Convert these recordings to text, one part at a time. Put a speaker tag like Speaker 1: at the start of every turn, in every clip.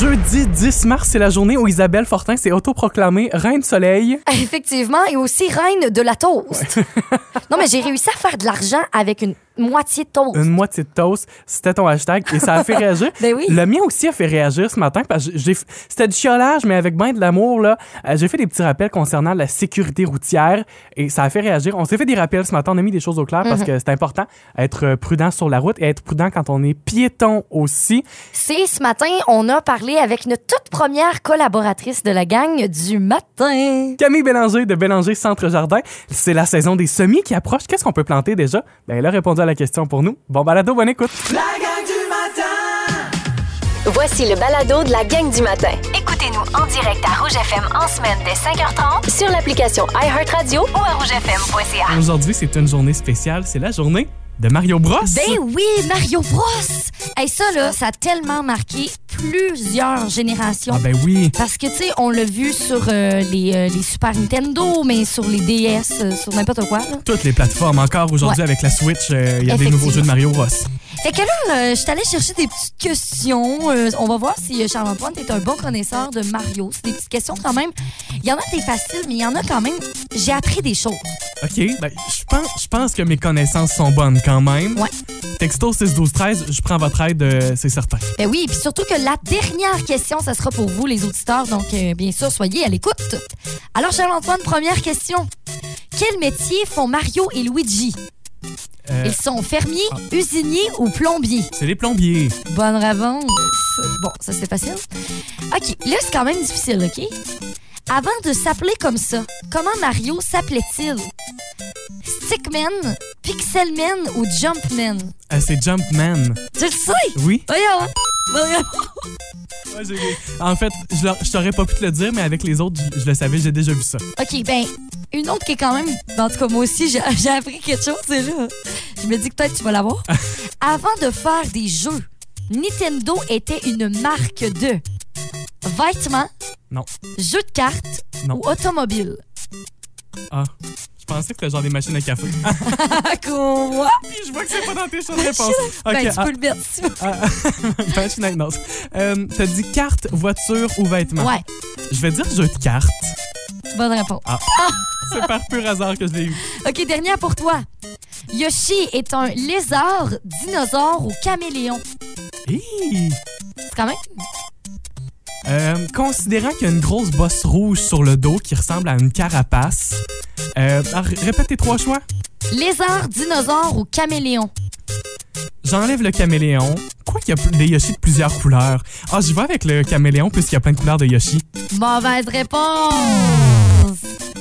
Speaker 1: Jeudi 10 mars, c'est la journée où Isabelle Fortin s'est autoproclamée reine soleil.
Speaker 2: Effectivement, et aussi reine de la toast. non, mais j'ai réussi à faire de l'argent avec une moitié de toast.
Speaker 1: Une moitié de toast, c'était ton hashtag et ça a fait réagir.
Speaker 2: Ben oui.
Speaker 1: Le mien aussi a fait réagir ce matin parce que j'ai f- c'était du chiolage mais avec bien de l'amour là. Euh, j'ai fait des petits rappels concernant la sécurité routière et ça a fait réagir. On s'est fait des rappels ce matin, on a mis des choses au clair
Speaker 2: Mhm.
Speaker 1: parce que c'est important être euh, prudent sur la route et être prudent quand on est piéton aussi.
Speaker 2: C'est ce matin, on a parlé avec notre toute première collaboratrice de la gang du matin.
Speaker 1: Camille Bélanger de Bélanger Centre Jardin, c'est la saison des semis qui approche. Qu'est-ce qu'on peut planter déjà Ben elle a répondu à la question pour nous. Bon balado, bonne écoute.
Speaker 3: La gang du matin
Speaker 4: Voici le balado de la gang du matin
Speaker 5: Écoutez-nous en direct à Rouge FM en semaine dès 5h30
Speaker 4: sur l'application iHeartRadio.
Speaker 5: ou à rougefm.ca.
Speaker 1: Aujourd'hui, c'est une journée spéciale. C'est la journée de Mario Bros.
Speaker 2: Ben oui, Mario Bros! Hey, ça, là, ça a tellement marqué plusieurs générations.
Speaker 1: Ah ben oui.
Speaker 2: Parce que, tu sais, on l'a vu sur euh, les, euh, les Super Nintendo, mais sur les DS, euh, sur n'importe quoi. là.
Speaker 1: Toutes les plateformes encore aujourd'hui avec la Switch, euh, il y a des
Speaker 2: Effectivement.
Speaker 1: nouveaux jeux de Mario Bros.
Speaker 2: Fait que là, euh, je suis allée chercher des petites questions. Euh, on va voir si euh, Charles-Antoine est un bon connaisseur de Mario. C'est des petites questions quand même. Il y en a des faciles, mais il y en a quand même... J'ai appris des choses.
Speaker 1: OK, ben, je pense, je pense que mes connaissances sont bonnes quand même.
Speaker 2: Ouais.
Speaker 1: Texto 6 12 13, je prends votre aide, euh, c'est certain.
Speaker 2: Ben oui, puis surtout que la dernière question, ça sera pour vous, les auditeurs. Donc, euh, bien sûr, soyez à l'écoute. Alors, Charles-Antoine, première question. Quel métier font Mario et Luigi?
Speaker 1: Euh,
Speaker 2: Ils sont fermiers, usiniers ou plombiers?
Speaker 1: c'est les plombiers.
Speaker 2: Bonne réponse. Bon, ça c'est facile. OK, là c'est quand même difficile, OK? Avant de s'appeler comme ça, comment Mario s'appelait-il? Stickman, Pixelman ou Jumpman?
Speaker 1: Euh, c'est Jumpman.
Speaker 2: Tu le sais!
Speaker 1: Oui.
Speaker 2: Voyons! Voyons.
Speaker 1: Ouais, j'ai- en fait, je leur- je t'aurais pas pu te le dire, mais avec les autres, je, je le savais, j'ai déjà vu ça.
Speaker 2: OK, ben, une autre qui est quand même... ben, En tout cas, moi aussi, j'ai j'ai appris quelque chose, c'est là. Je me dis que peut-être tu vas l'avoir. Avant de faire des jeux, Nintendo était une marque de vêtements,
Speaker 1: Non.
Speaker 2: jeux de cartes
Speaker 1: Non.
Speaker 2: ou automobiles.
Speaker 1: Ah. Je pensais que c'était genre des machines à café. Ah,
Speaker 2: Quoi?
Speaker 1: je vois que c'est pas dans tes choses réponses. OK,
Speaker 2: Ben, tu
Speaker 1: ah,
Speaker 2: peux le mettre. si tu veux.
Speaker 1: ah, machine à- non. Euh, T'as dit carte, voiture ou vêtements.
Speaker 2: Ouais,
Speaker 1: Je vais dire jeu de cartes.
Speaker 2: bonne réponse.
Speaker 1: C'est par pur hasard que je l'ai eu.
Speaker 2: OK, dernière pour toi. Yoshi est un lézard, dinosaure ou caméléon.
Speaker 1: Hi!
Speaker 2: C'est quand même...
Speaker 1: Euh, considérant qu'il y a une grosse bosse rouge sur le dos qui ressemble à une carapace, euh, ah, r- répète tes trois choix.
Speaker 2: Lézard, dinosaure ou caméléon.
Speaker 1: J'enlève le caméléon. Quoi qu'il y a pl- des Yoshi de plusieurs couleurs. Ah, j'y vais avec le caméléon puisqu'il y a plein de couleurs de Yoshi.
Speaker 2: Mauvaise réponse!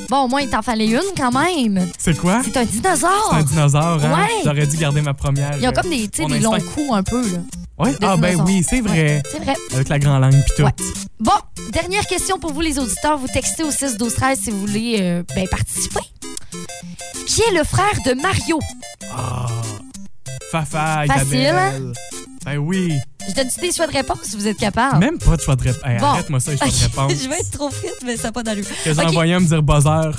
Speaker 2: Bon, au moins, il t'en fallait une quand même.
Speaker 1: C'est quoi?
Speaker 2: C'est un dinosaure.
Speaker 1: C'est un dinosaure, hein?
Speaker 2: Oh! Ouais.
Speaker 1: J'aurais dû garder ma première.
Speaker 2: Ils ont
Speaker 1: euh,
Speaker 2: comme des, tu sais,
Speaker 1: mon
Speaker 2: des longs
Speaker 1: instinct.
Speaker 2: coups un peu, là.
Speaker 1: Ouais.
Speaker 2: de
Speaker 1: Ah, ben
Speaker 2: dinosaures.
Speaker 1: oui, c'est vrai.
Speaker 2: Ouais, c'est vrai.
Speaker 1: Avec la grande langue pis tout.
Speaker 2: Ouais. Bon, dernière question pour vous, les auditeurs. Vous textez au 6 12 13 si vous voulez euh, ben, participer. Qui est le frère de Mario?
Speaker 1: Ah. Fafa,
Speaker 2: Facile, hein?
Speaker 1: Isabelle. Ben oui.
Speaker 2: Je donne des choix de réponse si vous êtes capable.
Speaker 1: Même pas de choix de réponse. Hey,
Speaker 2: Ah. Bon.
Speaker 1: Arrête-moi ça, les choix de réponse.
Speaker 2: Je vais être trop vite, mais ça n'a pas d'allure.
Speaker 1: Que j'ai
Speaker 2: Ok.
Speaker 1: envoyé un me dire buzzer.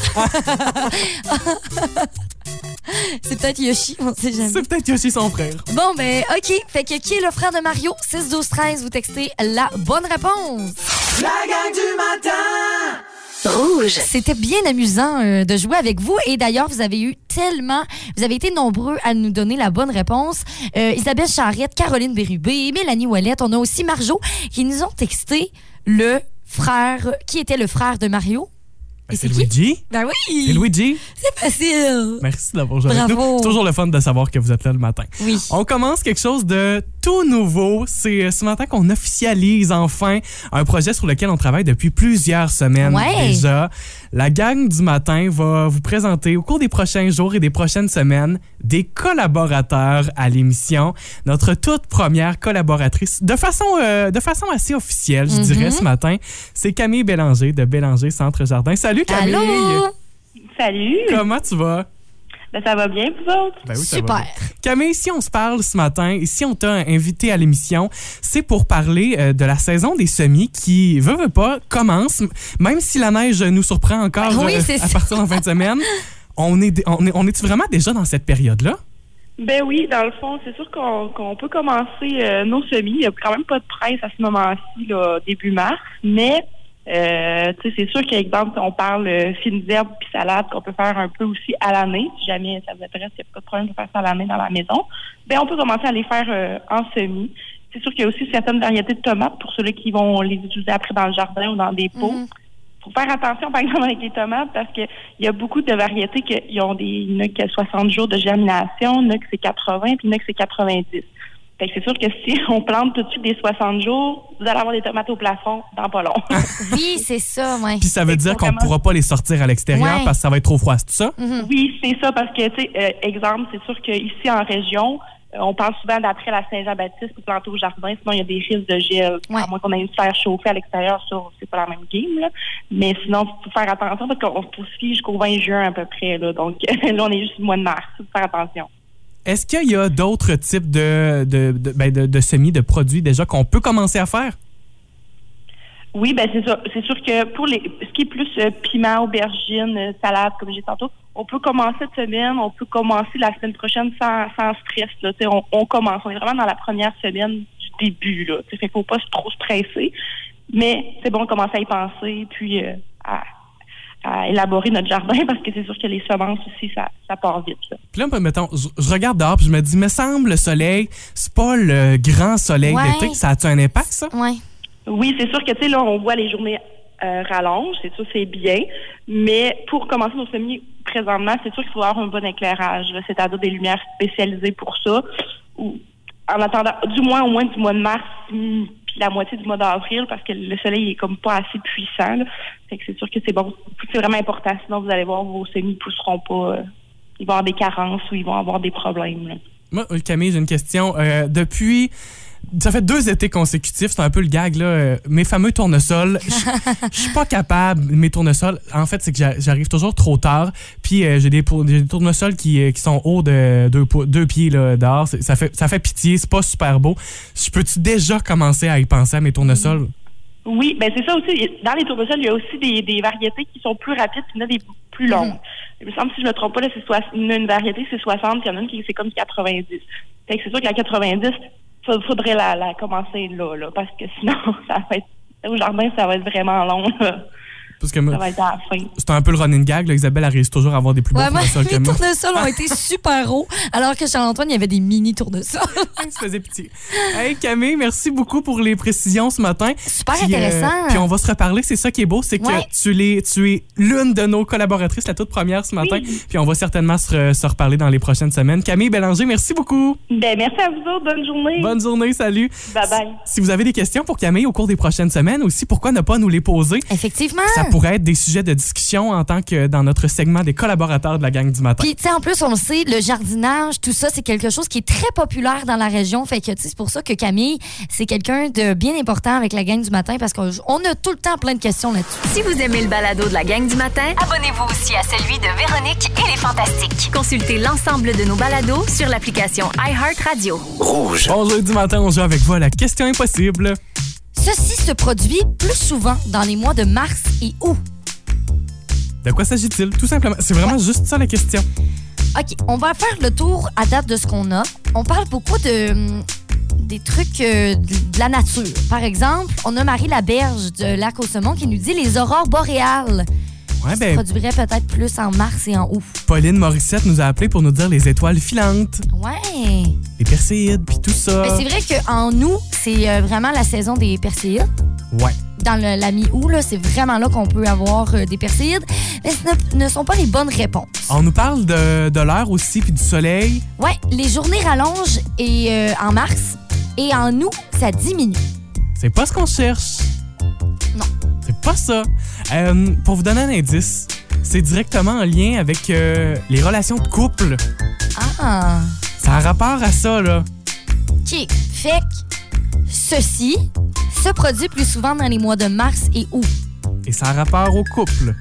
Speaker 2: C'est peut-être Yoshi, on sait jamais.
Speaker 1: C'est peut-être Yoshi son frère.
Speaker 2: Bon, ben, OK. Fait que qui est le frère de Mario? 6 12 13 vous textez la bonne réponse.
Speaker 3: La gang du matin
Speaker 4: Rouge.
Speaker 2: C'était bien amusant euh, de jouer avec vous. Et d'ailleurs, vous avez eu tellement. Vous avez été nombreux à nous donner la bonne réponse. Euh, Isabelle Charrette, Caroline Bérubé, Mélanie Ouellette. On a aussi Marjo qui nous ont texté le frère. Qui était le frère de Mario?
Speaker 1: Ben,
Speaker 2: Et
Speaker 1: c'est
Speaker 2: c'est qui?
Speaker 1: Luigi.
Speaker 2: Ben
Speaker 1: C'est
Speaker 2: oui!
Speaker 1: Luigi.
Speaker 2: C'est facile!
Speaker 1: Merci d'avoir joué avec
Speaker 2: Bravo.
Speaker 1: nous. C'est toujours le fun de savoir que vous êtes là le matin.
Speaker 2: Oui.
Speaker 1: On commence quelque chose de tout nouveau. C'est euh, ce matin qu'on officialise enfin un projet sur lequel on travaille depuis plusieurs semaines
Speaker 2: Ouais.
Speaker 1: déjà. La gang du matin va vous présenter au cours des prochains jours et des prochaines semaines des collaborateurs à l'émission. Notre toute première collaboratrice, de façon, euh, de façon assez officielle, je dirais,
Speaker 2: Mm-hmm.
Speaker 1: ce matin, c'est Camille Bélanger de Bélanger Centre Jardin. Salut Camille!
Speaker 2: Allô?
Speaker 6: Salut!
Speaker 1: Comment tu vas?
Speaker 6: Ben, ça va bien, vous autres?
Speaker 1: Ben oui, ça va bien.
Speaker 2: Super!
Speaker 1: Camille, si on se parle ce matin et si on t'a invité à l'émission, c'est pour parler euh, de la saison des semis qui, veut, veut pas, commence. M- Même si la neige nous surprend encore
Speaker 2: Oui,
Speaker 1: euh,
Speaker 2: c'est
Speaker 1: à
Speaker 2: ça.
Speaker 1: partir de la fin de semaine, on est, on est, on est-tu vraiment déjà dans cette période-là?
Speaker 6: Ben oui, dans le fond, c'est sûr qu'on qu'on peut commencer euh, nos semis. Il n'y a quand même pas de presse à ce moment-ci, là, début mars. Mais, euh, tu sais, c'est sûr qu'exemple, on parle euh, fines herbes puis salades qu'on peut faire un peu aussi à l'année. Si jamais ça vous intéresse, il n'y a pas de problème de faire ça à l'année dans la maison. Ben, on peut commencer à les faire euh, en semis. C'est sûr qu'il y a aussi certaines variétés de tomates pour ceux-là qui vont les utiliser après dans le jardin ou dans des pots. faut faire attention, par exemple, avec les tomates, parce qu'il y a beaucoup de variétés qui ont des, il y en a qui ont 60 jours de germination, il y en a que c'est 80, puis il y en a que c'est 90. Fait que c'est sûr que si on plante tout de suite des 60 jours, vous allez avoir des tomates au plafond dans pas long.
Speaker 2: Oui, c'est ça, ouais.
Speaker 1: Puis ça veut
Speaker 6: C'est
Speaker 1: dire qu'on ne
Speaker 6: vraiment-
Speaker 1: pourra pas les sortir à l'extérieur
Speaker 2: Ouais.
Speaker 1: parce que ça va être trop froid, c'est ça?
Speaker 6: oui, c'est ça, parce que, tu sais, euh, exemple, c'est sûr qu'ici en région, euh, on parle souvent d'après la Saint-Jean-Baptiste pour planter au jardin, sinon il y a des risques de gel.
Speaker 2: Ouais.
Speaker 6: À moins qu'on ait une serre chauffée à l'extérieur, ça, c'est pas la même game, là. Mais sinon, faut faire attention parce qu'on se poursuit jusqu'au 20 juin à peu près, là. Donc, là, on est juste au mois de mars. Faut faire attention.
Speaker 1: Est-ce qu'il y a d'autres types de, de, de- ben, de- de semis, de produits déjà qu'on peut commencer à faire?
Speaker 6: Oui, ben c'est ça. C'est sûr que pour les ce qui est plus euh, piment, aubergine, euh, salade, comme j'ai dit tantôt, on peut commencer cette semaine, on peut commencer la semaine prochaine sans, sans stress. Là, Tu sais, on, on commence. On est vraiment dans la première semaine du début. Là, Tu sais, fait qu'il faut pas se trop stresser. Mais c'est bon de commencer à y penser, puis euh, à, à élaborer notre jardin, parce que c'est sûr que les semences aussi, ça, ça part vite. là.
Speaker 1: Puis là, ben, mettons, je, je regarde dehors puis je me dis, me semble, le soleil, c'est pas le grand soleil
Speaker 2: Ouais.
Speaker 1: d'été. Ça a-tu un impact, ça?
Speaker 2: Ouais.
Speaker 6: Oui, c'est sûr que, tu sais, là, on voit les journées euh, rallonges, c'est sûr, c'est bien. Mais pour commencer nos semis présentement, c'est sûr qu'il faut avoir un bon éclairage, là, c'est-à-dire des lumières spécialisées pour ça. Ou, en attendant, du moins, au moins du mois de mars, hmm, puis la moitié du mois d'avril, parce que le soleil est comme pas assez puissant. là. Fait que c'est sûr que c'est bon. C'est vraiment important, sinon vous allez voir, vos semis pousseront pas. euh, ils vont avoir des carences ou ils vont avoir des problèmes. là.
Speaker 1: Moi, euh, Camille, j'ai une question. Euh, depuis. Ça fait deux étés consécutifs, c'est un peu le gag, là. euh, mes fameux tournesols, je- je suis pas capable, mes tournesols. En fait, c'est que j'a- j'arrive toujours trop tard. Puis euh, j'ai des, pour- j'ai des tournesols qui, euh, qui sont hauts de deux, po- deux pieds là, dehors. C'est- Ça fait, ça fait pitié, c'est pas super beau. Je peux-tu déjà commencer à y penser à mes tournesols?
Speaker 6: Oui, ben c'est ça aussi. Dans les tournesols, il y a aussi des, des variétés qui sont plus rapides, puis il y en a des plus longues. Il me semble, si je me trompe pas, là, c'est soix- il y en a une variété, c'est 60, puis il y en a une qui c'est comme 90. Fait que c'est sûr qu'à 90, fa- faudrait la, la commencer là, là, parce que sinon, ça va être au jardin, ça va être vraiment long. là.
Speaker 1: Parce que
Speaker 6: Ça
Speaker 1: moi,
Speaker 6: va être à la fin.
Speaker 1: c'est un peu le running gag, là. Isabelle, elle réussit toujours à avoir des plus beaux
Speaker 2: Ouais, moi,
Speaker 1: tournesols que
Speaker 2: mes
Speaker 1: moi.
Speaker 2: tournesols ont été super hauts, alors que Charles-Antoine, il y avait des mini tournesols.
Speaker 1: Ça faisait pitié. Hey, Camille, merci beaucoup pour les précisions ce matin.
Speaker 2: Super
Speaker 1: Puis, euh,
Speaker 2: intéressant.
Speaker 1: Puis on va se reparler. C'est ça qui est beau, c'est que
Speaker 2: Ouais.
Speaker 1: tu, l'es- tu es l'une de nos collaboratrices, la toute première ce matin. Puis on va certainement se, re- se reparler dans les prochaines semaines. Camille Bélanger, merci beaucoup.
Speaker 6: Ben, merci à vous autres. Bonne journée.
Speaker 1: Bonne journée, salut.
Speaker 6: Bye bye.
Speaker 1: Si vous avez des questions pour Camille au cours des prochaines semaines aussi, pourquoi ne pas nous les poser?
Speaker 2: Effectivement.
Speaker 1: Ça pourrait être des sujets de discussion en tant que dans notre segment des collaborateurs de la gang du matin.
Speaker 2: Puis, tu sais, en plus, on le sait, le jardinage, tout ça, c'est quelque chose qui est très populaire dans la région. Fait que, tu sais, c'est pour ça que Camille, c'est quelqu'un de bien important avec la gang du matin parce qu'on on a tout le temps plein de questions là-dessus.
Speaker 5: Si vous aimez le balado de la gang du matin, abonnez-vous aussi à celui de Véronique et les Fantastiques. Consultez l'ensemble de nos balados sur l'application iHeartRadio.
Speaker 1: Bon jeudi matin, on joue avec vous à la question impossible.
Speaker 2: Ceci se produit plus souvent dans les mois de mars et août.
Speaker 1: De quoi s'agit-il? Tout simplement. C'est vraiment juste ça la question.
Speaker 2: OK, on va faire le tour à date de ce qu'on a. On parle beaucoup de hum, des trucs euh, de de la nature. Par exemple, on a Marie Laberge de Lac au Saumon qui nous dit les aurores boréales.
Speaker 1: Ouais,
Speaker 2: se
Speaker 1: ben,
Speaker 2: produiraient peut-être plus en mars et en août.
Speaker 1: Pauline Morissette nous a appelé pour nous dire les étoiles filantes,
Speaker 2: Ouais.
Speaker 1: les perséides, puis tout ça.
Speaker 2: Mais Ben, c'est vrai qu'en août, c'est euh, vraiment la saison des perséides.
Speaker 1: Ouais.
Speaker 2: Dans le- la mi-août, là, c'est vraiment là qu'on peut avoir euh, des perséides. Mais ce ne, ne sont pas les bonnes réponses.
Speaker 1: On nous parle de, de l'heure aussi, puis du soleil.
Speaker 2: Ouais, les journées rallongent et, euh, en mars et en août, ça diminue.
Speaker 1: C'est pas ce qu'on cherche.
Speaker 2: Non.
Speaker 1: C'est pas ça. Euh, pour vous donner un indice, c'est directement en lien avec euh, les relations de couple.
Speaker 2: Ah!
Speaker 1: Ça a rapport à ça, là.
Speaker 2: OK. Fait que ceci se produit plus souvent dans les mois de mars et août.
Speaker 1: Et ça a rapport au couple.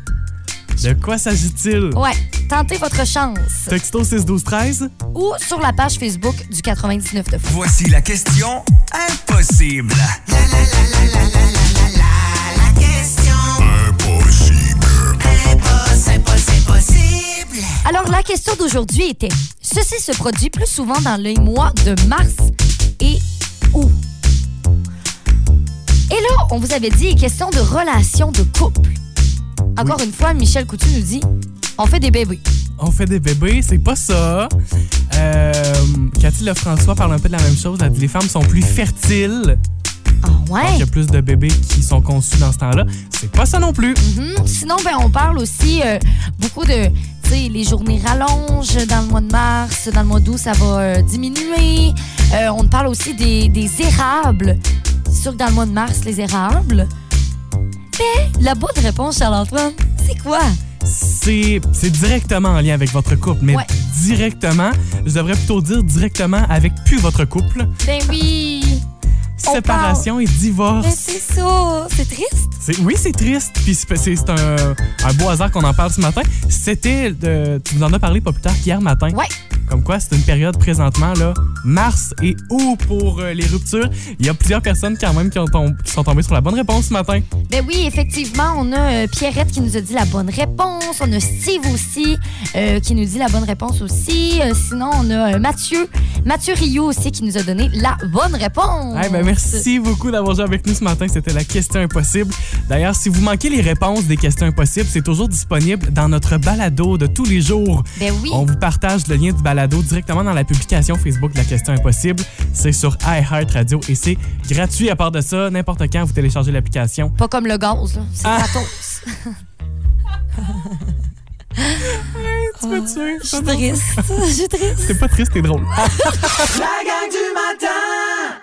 Speaker 1: De quoi s'agit-il?
Speaker 2: Ouais, tentez votre chance.
Speaker 1: Texto 61213.
Speaker 2: Ou sur la page Facebook du 99 de Fou.
Speaker 7: Voici la question impossible.
Speaker 8: Impossible, impossible.
Speaker 2: Alors, la question d'aujourd'hui était Ceci se produit plus souvent dans les mois de mars et août. Et là, on vous avait dit question de relation de couple. Encore une fois, Michel Coutu nous dit on fait des bébés.
Speaker 1: On fait des bébés, c'est pas ça. Euh, Cathy Lefrançois parle un peu de la même chose. Elle dit les femmes sont plus fertiles.
Speaker 2: Ah
Speaker 1: Donc, il
Speaker 2: ouais.
Speaker 1: y a plus de bébés qui sont conçus dans ce temps-là. C'est pas ça non plus.
Speaker 2: Mhm. Sinon, ben, on parle aussi euh, beaucoup de. Tu sais, les journées rallongent dans le mois de mars, dans le mois d'août, ça va euh, diminuer. Euh, on parle aussi des, des érables. C'est sûr que dans le mois de mars, les érables. Mais la bonne réponse, Charles-Antoine, c'est quoi?
Speaker 1: C'est c'est directement en lien avec votre couple, mais
Speaker 2: Ouais.
Speaker 1: directement, je devrais plutôt dire directement avec plus votre couple.
Speaker 2: Ben oui! On
Speaker 1: Séparation et
Speaker 2: Ben
Speaker 1: divorce.
Speaker 2: c'est ça! C'est triste?
Speaker 1: C'est- Oui, c'est triste. Puis c'est c'est- c'est un, un beau hasard qu'on en parle ce matin. C'était, euh, tu nous en as parlé pas plus tard qu'hier matin.
Speaker 2: Ouais.
Speaker 1: Comme quoi, c'est une période présentement, là, mars et août pour euh, les ruptures. Il y a plusieurs personnes quand même qui, ont tom- qui sont tombées sur la bonne réponse ce matin.
Speaker 2: Ben oui, effectivement, on a euh, Pierrette qui nous a dit la bonne réponse. On a Steve aussi euh, qui nous dit la bonne réponse aussi. Euh, sinon, on a euh, Mathieu, Mathieu Rio aussi qui nous a donné la bonne réponse.
Speaker 1: Eh ben, merci beaucoup d'avoir joué avec nous ce matin. C'était la question impossible. D'ailleurs, si vous manquez les réponses des questions impossibles, c'est toujours disponible dans notre balado de tous les jours.
Speaker 2: Ben oui.
Speaker 1: On vous partage le lien du balado directement dans la publication Facebook de la question impossible. C'est sur iHeartRadio et c'est gratuit. À part de ça, n'importe quand, vous téléchargez l'application.
Speaker 2: Pas comme le gaz, là. C'est
Speaker 1: Ah.
Speaker 2: gratos.
Speaker 1: Tu peux tuer.
Speaker 2: Oh, Je suis triste. Je suis triste. Ah,
Speaker 1: C'est pas triste, c'est drôle.
Speaker 3: La gang du matin!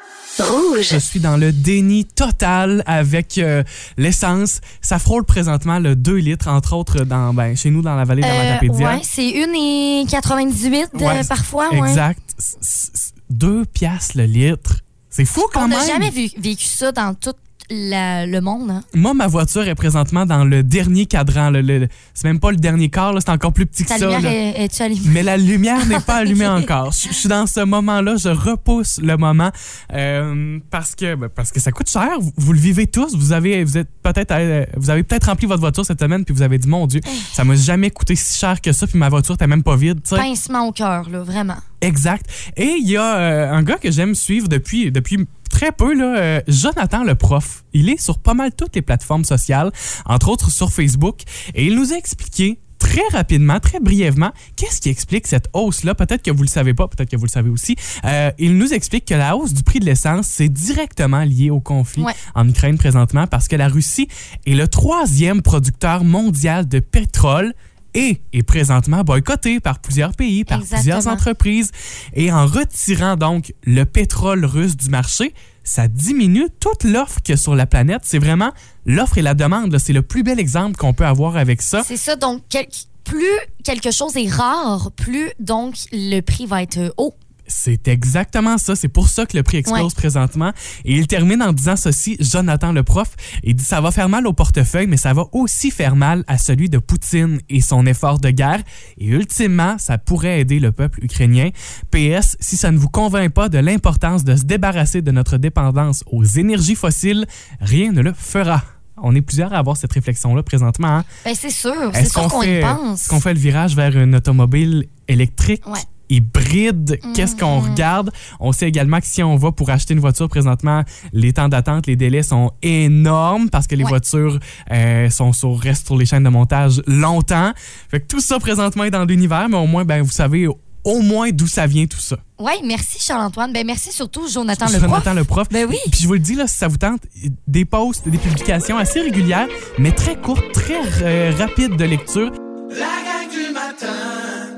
Speaker 1: Je suis dans le déni total avec euh, l'essence. Ça frôle présentement le 2 litres, entre autres, dans, ben, chez nous, dans la vallée de la
Speaker 2: Euh,
Speaker 1: Matapédia.
Speaker 2: ouais, c'est 1,98 euh,
Speaker 1: Ouais,
Speaker 2: parfois. ouais.
Speaker 1: Exact. S- s- s- Deux piastres le litre. C'est fou quand
Speaker 2: On
Speaker 1: même.
Speaker 2: n'a jamais vu- vécu ça dans tout la- le monde. hein.
Speaker 1: Moi, ma voiture est présentement dans le dernier cadran. le- le- c'est même pas le dernier quart, là, c'est encore plus petit que
Speaker 2: Ta
Speaker 1: ça.
Speaker 2: lumière
Speaker 1: là.
Speaker 2: est, est-tu allumée?
Speaker 1: Mais la lumière n'est pas allumée
Speaker 2: Ok.
Speaker 1: encore. Je je suis dans ce moment-là, je repousse le moment euh, parce que ben, parce que ça coûte cher. Vous, vous le vivez tous. Vous avez vous êtes peut-être euh, vous avez peut-être rempli votre voiture cette semaine puis vous avez dit mon Dieu, ça m'a jamais coûté si cher que ça puis ma voiture était même pas vide. tu sais.
Speaker 2: Pincement au cœur, là, vraiment.
Speaker 1: Exact. Et il y a euh, un gars que j'aime suivre depuis, depuis très peu, là, euh, Jonathan le prof. Il est sur pas mal toutes les plateformes sociales, entre autres sur Facebook, et il nous a expliqué très rapidement, très brièvement, qu'est-ce qui explique cette hausse-là. Peut-être que vous le savez pas, peut-être que vous le savez aussi. Euh, il nous explique que la hausse du prix de l'essence, c'est directement lié au conflit
Speaker 2: Ouais.
Speaker 1: en Ukraine présentement, parce que la Russie est le troisième producteur mondial de pétrole. Et est présentement boycotté par plusieurs pays, par plusieurs
Speaker 2: Exactement.
Speaker 1: entreprises. Et en retirant donc le pétrole russe du marché, ça diminue toute l'offre qu'il y a sur la planète. C'est vraiment l'offre et la demande. là. C'est le plus bel exemple qu'on peut avoir avec ça.
Speaker 2: C'est ça, donc quel- plus quelque chose est rare, plus donc le prix va être haut.
Speaker 1: C'est exactement ça. C'est pour ça que le prix explose
Speaker 2: Ouais.
Speaker 1: présentement. Et il termine en disant ceci, Jonathan le prof, il dit ça va faire mal au portefeuille, mais ça va aussi faire mal à celui de Poutine et son effort de guerre. Et ultimement, ça pourrait aider le peuple ukrainien. PS, si ça ne vous convainc pas de l'importance de se débarrasser de notre dépendance aux énergies fossiles, rien ne le fera. On est plusieurs à avoir cette réflexion-là présentement. hein.
Speaker 2: Ben, c'est sûr, c'est
Speaker 1: Est-ce
Speaker 2: sûr
Speaker 1: qu'on
Speaker 2: qu'on
Speaker 1: fait,
Speaker 2: y pense.
Speaker 1: est-ce qu'on fait le virage vers une automobile électrique
Speaker 2: Ouais. Mm-hmm.
Speaker 1: hybride? Qu'est-ce qu'on regarde? On sait également que si on va pour acheter une voiture présentement, les temps d'attente, les délais sont énormes parce que les
Speaker 2: Ouais.
Speaker 1: voitures euh, sont sur, restent sur les chaînes de montage longtemps. Fait que tout ça présentement est dans l'univers, mais au moins, ben, vous savez au moins d'où ça vient tout ça.
Speaker 2: Oui, merci Charles-Antoine. Ben, merci surtout Jonathan
Speaker 1: Je
Speaker 2: Leroy.
Speaker 1: Jonathan le prof.
Speaker 2: Ben oui.
Speaker 1: Puis je vous le dis, là, si ça vous tente, des posts, des publications assez régulières, mais très courtes, très euh, rapides de lecture.
Speaker 3: La gang du matin!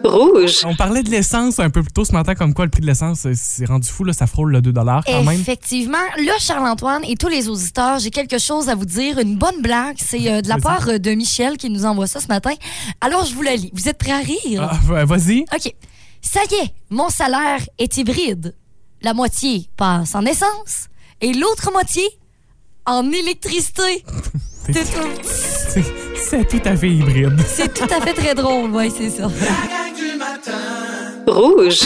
Speaker 4: Rouge.
Speaker 1: On parlait de l'essence un peu plus tôt ce matin, comme quoi le prix de l'essence, euh, c'est rendu fou, là, ça frôle le 2 quand même.
Speaker 2: Effectivement. Là, Charles-Antoine et tous les auditeurs, j'ai quelque chose à vous dire, une bonne blague. C'est euh, de la
Speaker 1: Vas-y.
Speaker 2: part euh, de Michel qui nous envoie ça ce matin. Alors, je vous la lis. Vous êtes prêts à rire?
Speaker 1: Ah, bah, Vas-y.
Speaker 2: OK. Ça y est, mon salaire est hybride. La moitié passe en essence et l'autre moitié en électricité. C'est tout.
Speaker 1: C'est c'est tout à fait hybride.
Speaker 2: C'est tout à fait très drôle, oui, c'est ça.
Speaker 3: La gang du matin!
Speaker 4: Rouge.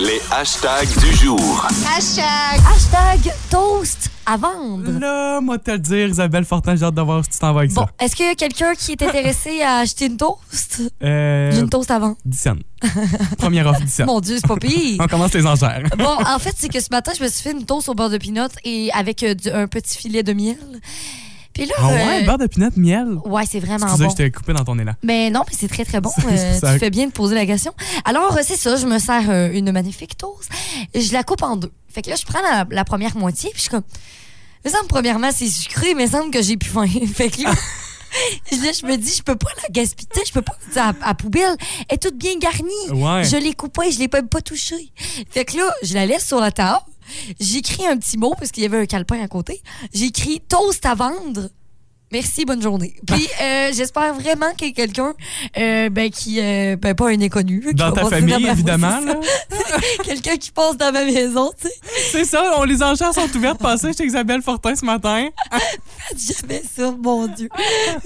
Speaker 8: Les hashtags du jour.
Speaker 2: Hashtag toast à vendre.
Speaker 1: Là, moi, te le dire, Isabelle Fortin, j'ai hâte de voir si tu t'en vas avec
Speaker 2: Bon,
Speaker 1: ça.
Speaker 2: est-ce qu'il y a quelqu'un qui est intéressé à acheter une toast?
Speaker 1: Euh,
Speaker 2: J'ai une toast avant.
Speaker 1: 10 cents. Première offre, 10 cents.
Speaker 2: Mon Dieu, c'est pas pire.
Speaker 1: On commence les enchères.
Speaker 2: Bon, en fait, c'est que ce matin, je me suis fait une toast au beurre de pinot et avec euh, du- un petit filet de miel. Puis là,
Speaker 1: Ah ouais,
Speaker 2: euh,
Speaker 1: beurre de pinot, miel.
Speaker 2: ouais, c'est vraiment
Speaker 1: Excusez,
Speaker 2: bon.
Speaker 1: je t'ai coupé dans ton élan.
Speaker 2: Mais non, mais c'est très, très bon.
Speaker 1: C'est
Speaker 2: Euh,
Speaker 1: ça.
Speaker 2: tu fais bien de poser la question. Alors, euh, c'est ça, je me sers euh, une magnifique toast. Je la coupe en deux. Fait que là, je prends la, la première moitié, puis je suis comme... Il me semble, premièrement, c'est sucré, mais il me semble que j'ai plus faim. fait que là... là, je me dis, je peux pas la gaspiller, je peux pas la mettre à, à poubelle. Elle est toute bien garnie.
Speaker 1: Ouais.
Speaker 2: Je l'ai coupée, je l'ai même pas touchée. Fait que là, je la laisse sur la table. J'écris un petit mot, parce qu'il y avait un calepin à côté. J'écris toast à vendre. Merci, bonne journée. Puis euh, j'espère vraiment qu'il y a quelqu'un euh, ben, qui euh, ben pas un inconnu. là, qui
Speaker 1: Dans
Speaker 2: va
Speaker 1: ta
Speaker 2: passer
Speaker 1: famille,
Speaker 2: ma-
Speaker 1: évidemment.
Speaker 2: Oui, c'est
Speaker 1: là.
Speaker 2: ça. quelqu'un qui passe dans ma maison, tu sais.
Speaker 1: C'est ça, on, les enchères sont ouvertes. Passez chez Isabelle Fortin ce matin.
Speaker 2: Jamais ça, mon Dieu.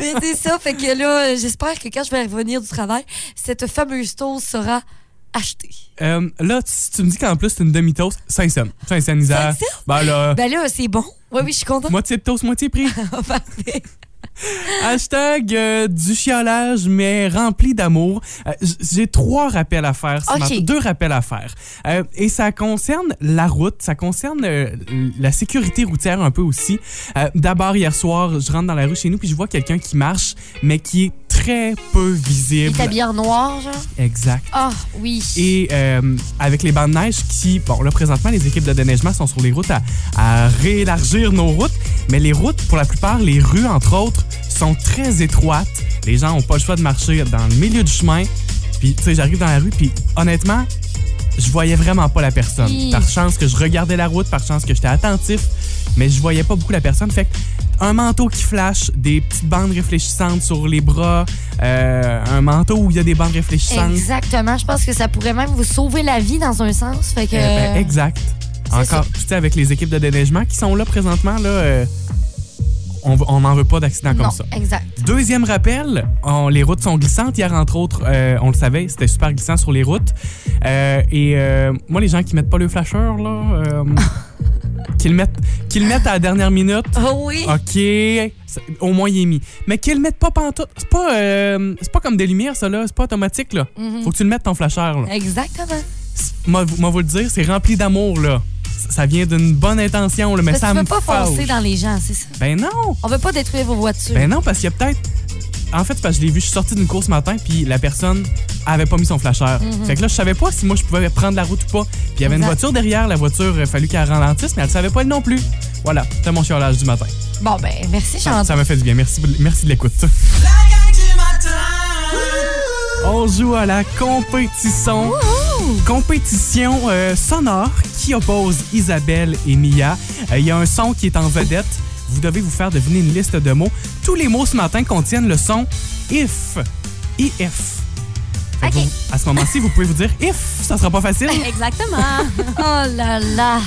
Speaker 2: Mais c'est ça, fait que là, euh, j'espère que quand je vais revenir du travail, cette fameuse toast sera achetée.
Speaker 1: Euh, là, tu, tu me dis qu'en plus, c'est une demi-toast. 5 cents. 5 cents, Isa.
Speaker 2: Cinq cents?
Speaker 1: Ben là,
Speaker 2: Ben là, c'est bon. Oui, oui, je suis contente.
Speaker 1: moitié de toast, moitié prix.
Speaker 2: Parfait.
Speaker 1: Hashtag euh, du chiolage, mais rempli d'amour. Euh, j- J'ai trois rappels à faire ce
Speaker 2: Ok.
Speaker 1: matin. Deux rappels à faire. Euh, et ça concerne la route, ça concerne euh, la sécurité routière un peu aussi. Euh, D'abord, hier soir, je rentre dans la rue chez nous puis je vois quelqu'un qui marche, mais qui est très peu
Speaker 2: Il
Speaker 1: visible.
Speaker 2: est habillé en noir, genre.
Speaker 1: Exact.
Speaker 2: Ah, oui.
Speaker 1: Et euh, avec les bancs de neige qui, bon, là, présentement, les équipes de déneigement sont sur les routes à, à réélargir nos routes, mais les routes, pour la plupart, les rues, entre autres, sont très étroites. Les gens n'ont pas le choix de marcher dans le milieu du chemin. Puis, tu sais, j'arrive dans la rue, puis honnêtement, je voyais vraiment pas la personne.
Speaker 2: Oui.
Speaker 1: Par chance que je regardais la route, par chance que j'étais attentif, mais je voyais pas beaucoup la personne. Fait que un manteau qui flash, des petites bandes réfléchissantes sur les bras, euh, un manteau où il y a des bandes réfléchissantes.
Speaker 2: Exactement. Je pense que ça pourrait même vous sauver la vie dans un sens. Fait que.
Speaker 1: Eh ben, exact.
Speaker 2: c'est
Speaker 1: Encore,
Speaker 2: ça.
Speaker 1: tu sais, avec les équipes de déneigement qui sont là présentement, là, euh, on v- on n'en veut pas d'accident
Speaker 2: non,
Speaker 1: comme ça.
Speaker 2: exact.
Speaker 1: Deuxième rappel, on- les routes sont glissantes. Hier, entre autres, euh, on le savait, c'était super glissant sur les routes. Euh, et euh, moi, les gens qui mettent pas le flasheur, là, euh, qui le mettent, qui le mettent à la dernière minute,
Speaker 2: Oh oui.
Speaker 1: Ah. OK, c'est- au moins il est mis. Mais qu'ils le mettent pas pantoute. C'est pas, euh, c'est pas comme des lumières, ça, là. C'est pas automatique, là.
Speaker 2: Mhm.
Speaker 1: Faut que tu le mettes, ton flasheur, là.
Speaker 2: Exactement.
Speaker 1: C'est- moi, vous- moi vous le dire, c'est rempli d'amour là. Ça ça vient d'une bonne intention là, mais
Speaker 2: Parce
Speaker 1: ça
Speaker 2: que tu
Speaker 1: me
Speaker 2: veux pas
Speaker 1: fâche.
Speaker 2: foncer dans les gens, c'est ça.
Speaker 1: Ben non,
Speaker 2: On veut pas détruire vos voitures.
Speaker 1: ben non parce qu'il y a peut-être en fait, parce que je l'ai vu, je suis sorti d'une course ce matin, puis la personne avait pas mis son flasheur. Fait que là, je savais pas si moi je pouvais prendre la route ou pas. Puis il y avait une
Speaker 2: Mhm. Exact.
Speaker 1: voiture derrière, la voiture, il fallu qu'elle ralentisse, mais elle savait pas elle non plus. Voilà, c'était mon chiolage du matin.
Speaker 2: Bon, ben, merci,
Speaker 1: Ça
Speaker 2: Chantal.
Speaker 1: ça m'a fait du bien, merci, merci de l'écoute.
Speaker 3: La gang du matin.
Speaker 1: On joue à la compétition. Compétition euh, sonore qui oppose Isabelle et Mia. Euh, Il y a un son qui est en vedette. Vous devez vous faire deviner une liste de mots. Tous les mots ce matin contiennent le son if. IF. Fait que
Speaker 2: Ok.
Speaker 1: vous- À ce moment-ci, vous pouvez vous dire if, ça sera pas facile.
Speaker 2: Exactement. oh là là.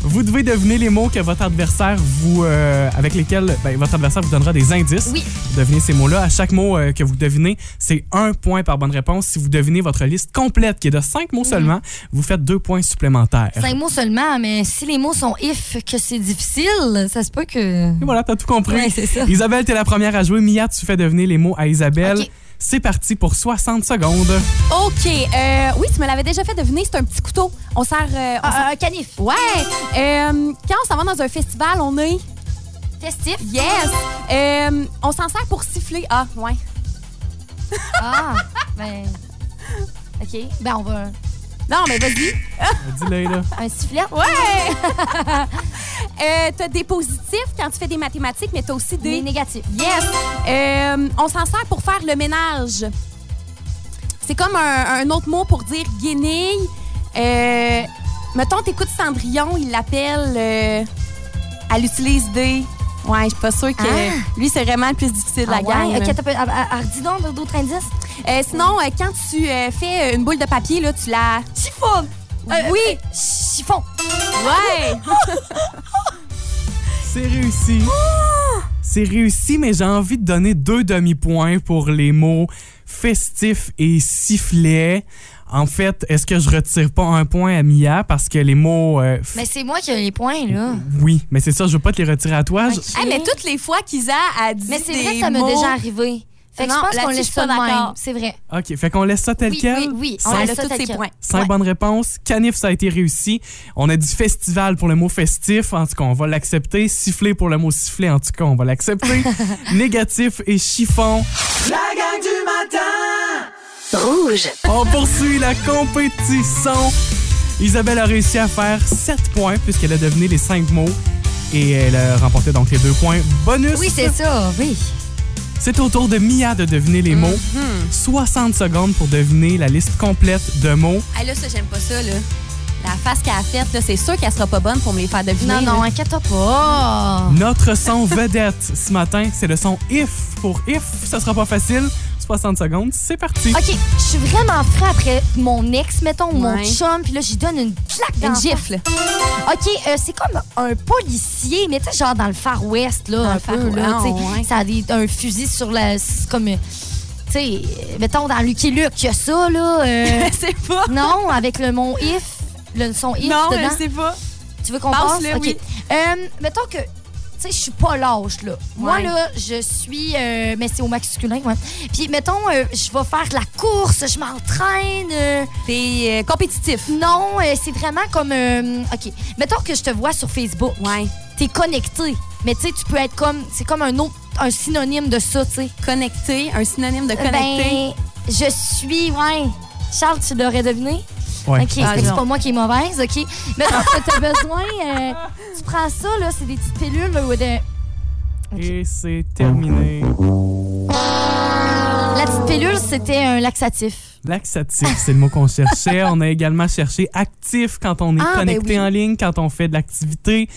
Speaker 1: Vous devez deviner les mots que votre adversaire vous, euh, avec lesquels ben, votre adversaire vous donnera des indices.
Speaker 2: Oui.
Speaker 1: Devinez ces mots-là. À chaque mot euh, que vous devinez, c'est un point par bonne réponse. Si vous devinez votre liste complète, qui est de cinq mots seulement, vous faites deux points supplémentaires.
Speaker 2: Mhm. Cinq mots seulement, mais si les mots sont if, que c'est difficile, ça se peut que.
Speaker 1: Et voilà, t'as tout compris.
Speaker 2: Ouais, c'est ça.
Speaker 1: Isabelle, t'es la première à jouer. Mia, tu fais deviner les mots à Isabelle.
Speaker 2: Ok.
Speaker 1: C'est parti pour 60 secondes.
Speaker 8: OK. euh, oui, tu me l'avais déjà fait deviner, c'est un petit couteau. On sert. euh, on sert-
Speaker 2: Ah, un canif.
Speaker 8: Ouais. Euh, quand on s'en va dans un festival, on est.
Speaker 2: Testif.
Speaker 8: Yes. Euh, on s'en sert pour siffler. Ah, ouais.
Speaker 2: Ah, ben. OK. Ben, on va.
Speaker 8: Non, mais vas-y.
Speaker 1: Dis-le, là.
Speaker 2: Un sifflet.
Speaker 8: Ouais. euh, t'as des positifs quand tu fais des mathématiques, mais t'as aussi des.
Speaker 2: négatifs.
Speaker 8: Yes. Euh, on s'en sert pour faire le ménage. C'est comme un, un autre mot pour dire guenille. Euh, mettons, t'écoutes Cendrillon, il l'appelle. euh, elle utilise des. Ouais, je suis pas sûre que.
Speaker 2: Ah.
Speaker 8: Lui, c'est vraiment le plus difficile de la
Speaker 2: Ah ouais?
Speaker 8: gang. hein.
Speaker 2: OK, t'as pas. ah, ah, Dis donc d'autres indices.
Speaker 8: Euh, sinon, euh, quand tu euh, fais euh, une boule de papier, là, tu la.
Speaker 2: Chiffon. Euh,
Speaker 8: oui!
Speaker 2: Chiffon.
Speaker 8: Ouais!
Speaker 1: C'est réussi. C'est réussi, mais j'ai envie de donner deux demi-points pour les mots festif et sifflet. En fait, est-ce que je retire pas un point à Mia parce que les mots. euh, f-
Speaker 2: Mais c'est moi qui ai les points, là.
Speaker 1: Oui, mais c'est ça, je veux pas te les retirer à toi. Je-
Speaker 2: Ok.
Speaker 8: Ah, mais toutes les fois qu'Isa a dit
Speaker 2: Mais c'est
Speaker 8: des
Speaker 2: vrai, ça m'est
Speaker 8: mots-
Speaker 2: déjà arrivé. Fait que
Speaker 8: Non,
Speaker 2: je pense qu'on
Speaker 8: là-dessus, je
Speaker 2: laisse
Speaker 8: suis
Speaker 2: ça de
Speaker 8: pas
Speaker 2: même.
Speaker 8: d'accord.
Speaker 2: C'est vrai.
Speaker 1: OK, fait qu'on laisse ça tel
Speaker 2: Oui,
Speaker 1: quel.
Speaker 2: oui, oui.
Speaker 8: On
Speaker 2: Ouais,
Speaker 8: a
Speaker 2: ça,
Speaker 8: tous
Speaker 2: tel
Speaker 8: ses
Speaker 2: quel.
Speaker 8: points.
Speaker 1: Cinq bonnes réponses. Canif, ça a été réussi. On a dit festival pour le mot festif. En tout cas, on va l'accepter. Siffler pour le mot siffler. En tout cas, on va l'accepter. Négatif et chiffon.
Speaker 3: La gang du matin
Speaker 4: Rouge.
Speaker 1: On poursuit la compétition. Isabelle a réussi à faire 7 points puisqu'elle a deviné les 5 mots et elle a remporté donc les 2 points bonus.
Speaker 2: Oui, c'est ça, oui.
Speaker 1: C'est au tour de Mia de deviner les mots.
Speaker 2: Mhm.
Speaker 1: 60 secondes pour deviner la liste complète de mots.
Speaker 8: Ah, là, ça, j'aime pas ça, là. La face qu'elle a faite, là, c'est sûr qu'elle sera pas bonne pour me les faire deviner.
Speaker 2: Non,
Speaker 8: là.
Speaker 2: non, inquiète-toi pas.
Speaker 1: Notre son vedette ce matin, c'est le son if pour if. Ça sera pas facile. 60 secondes, c'est parti.
Speaker 2: OK, je suis vraiment frais après mon ex, mettons, ou mon
Speaker 8: Ouais.
Speaker 2: chum, puis là, j'y donne une claque dans
Speaker 8: Une
Speaker 2: la
Speaker 8: gifle.
Speaker 2: face. OK, euh, c'est comme un policier, mais tu sais, genre dans le Far West, là,
Speaker 8: Dans
Speaker 2: un
Speaker 8: le Far
Speaker 2: peu, là,
Speaker 8: West,
Speaker 2: tu sais.
Speaker 8: ouais.
Speaker 2: Ça a des- un fusil sur la... c'est comme, euh, tu sais, euh, mettons, dans Lucky Luke, il y a ça, là. euh,
Speaker 8: Je sais pas.
Speaker 2: non, avec le mot if, le son if
Speaker 8: Non,
Speaker 2: dedans.
Speaker 8: je sais pas.
Speaker 2: Tu veux qu'on passe?
Speaker 8: Passe-le,
Speaker 2: OK.
Speaker 8: oui.
Speaker 2: Euh, mettons que, tu sais, je suis pas lâche, là. Moi,
Speaker 8: Ouais.
Speaker 2: là, je suis... euh, mais c'est au masculin, ouais. Puis, mettons, euh, je vais faire de la course, je m'entraîne. euh,
Speaker 8: T'es euh, compétitif.
Speaker 2: non, euh, c'est vraiment comme... euh, OK. Mettons que je te vois sur Facebook.
Speaker 8: Ouais.
Speaker 2: T'es connecté. Mais, tu sais, tu peux être comme... C'est comme un autre... Un synonyme de ça, tu sais.
Speaker 8: Connecté, un synonyme de
Speaker 2: Ben,
Speaker 8: connecté.
Speaker 2: je suis... Ouais. Charles, tu l'aurais deviné?
Speaker 1: Ouais.
Speaker 2: OK, Ah, fait que c'est
Speaker 8: non.
Speaker 2: pas moi qui est mauvaise, OK? Mais donc, que t'as besoin, euh, tu prends ça, là, c'est des petites pilules, là, ou de-
Speaker 1: Et c'est terminé.
Speaker 2: La petite pilule, c'était un laxatif.
Speaker 1: Laxatif, c'est le mot qu'on cherchait. On a également cherché actif quand on est
Speaker 8: Ah, ben
Speaker 1: connecté
Speaker 8: oui. Uh-huh.
Speaker 1: en ligne, quand on fait de l'activité.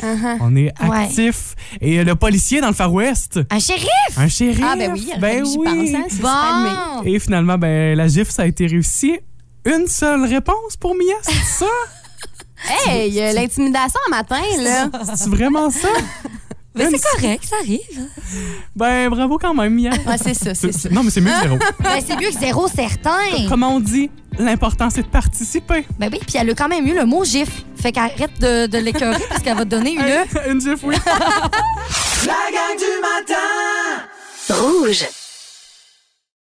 Speaker 1: On est
Speaker 2: Ouais.
Speaker 1: actif. Et euh, le policier dans le Far West,
Speaker 2: Un shérif!
Speaker 1: un shérif.
Speaker 8: Ah, ben oui,
Speaker 1: ben
Speaker 8: j'y
Speaker 1: oui.
Speaker 8: pense, hein, c'est ça,
Speaker 2: Bon!
Speaker 1: Et finalement, ben, la gifle, ça a été réussi. Une seule réponse pour Mia, c'est ça?
Speaker 8: mais- Hey, euh, l'intimidation à matin, là.
Speaker 1: c'est vraiment ça?
Speaker 2: Mais
Speaker 1: Une-
Speaker 2: c'est correct, ça arrive. hein.
Speaker 1: Ben, bravo quand même, Mia.
Speaker 8: Ouais, c'est ça, c'est ça.
Speaker 1: Non, mais c'est mieux que zéro.
Speaker 2: Ben, c'est mieux que zéro certain.
Speaker 1: Comme on dit, l'important, c'est de participer.
Speaker 2: Ben oui, puis elle a quand même eu le mot gifle. Fait qu'arrête de, de l'écœurer parce qu'elle va te donner une.
Speaker 1: Une gifle, oui.
Speaker 3: La gang du matin
Speaker 4: Rouge.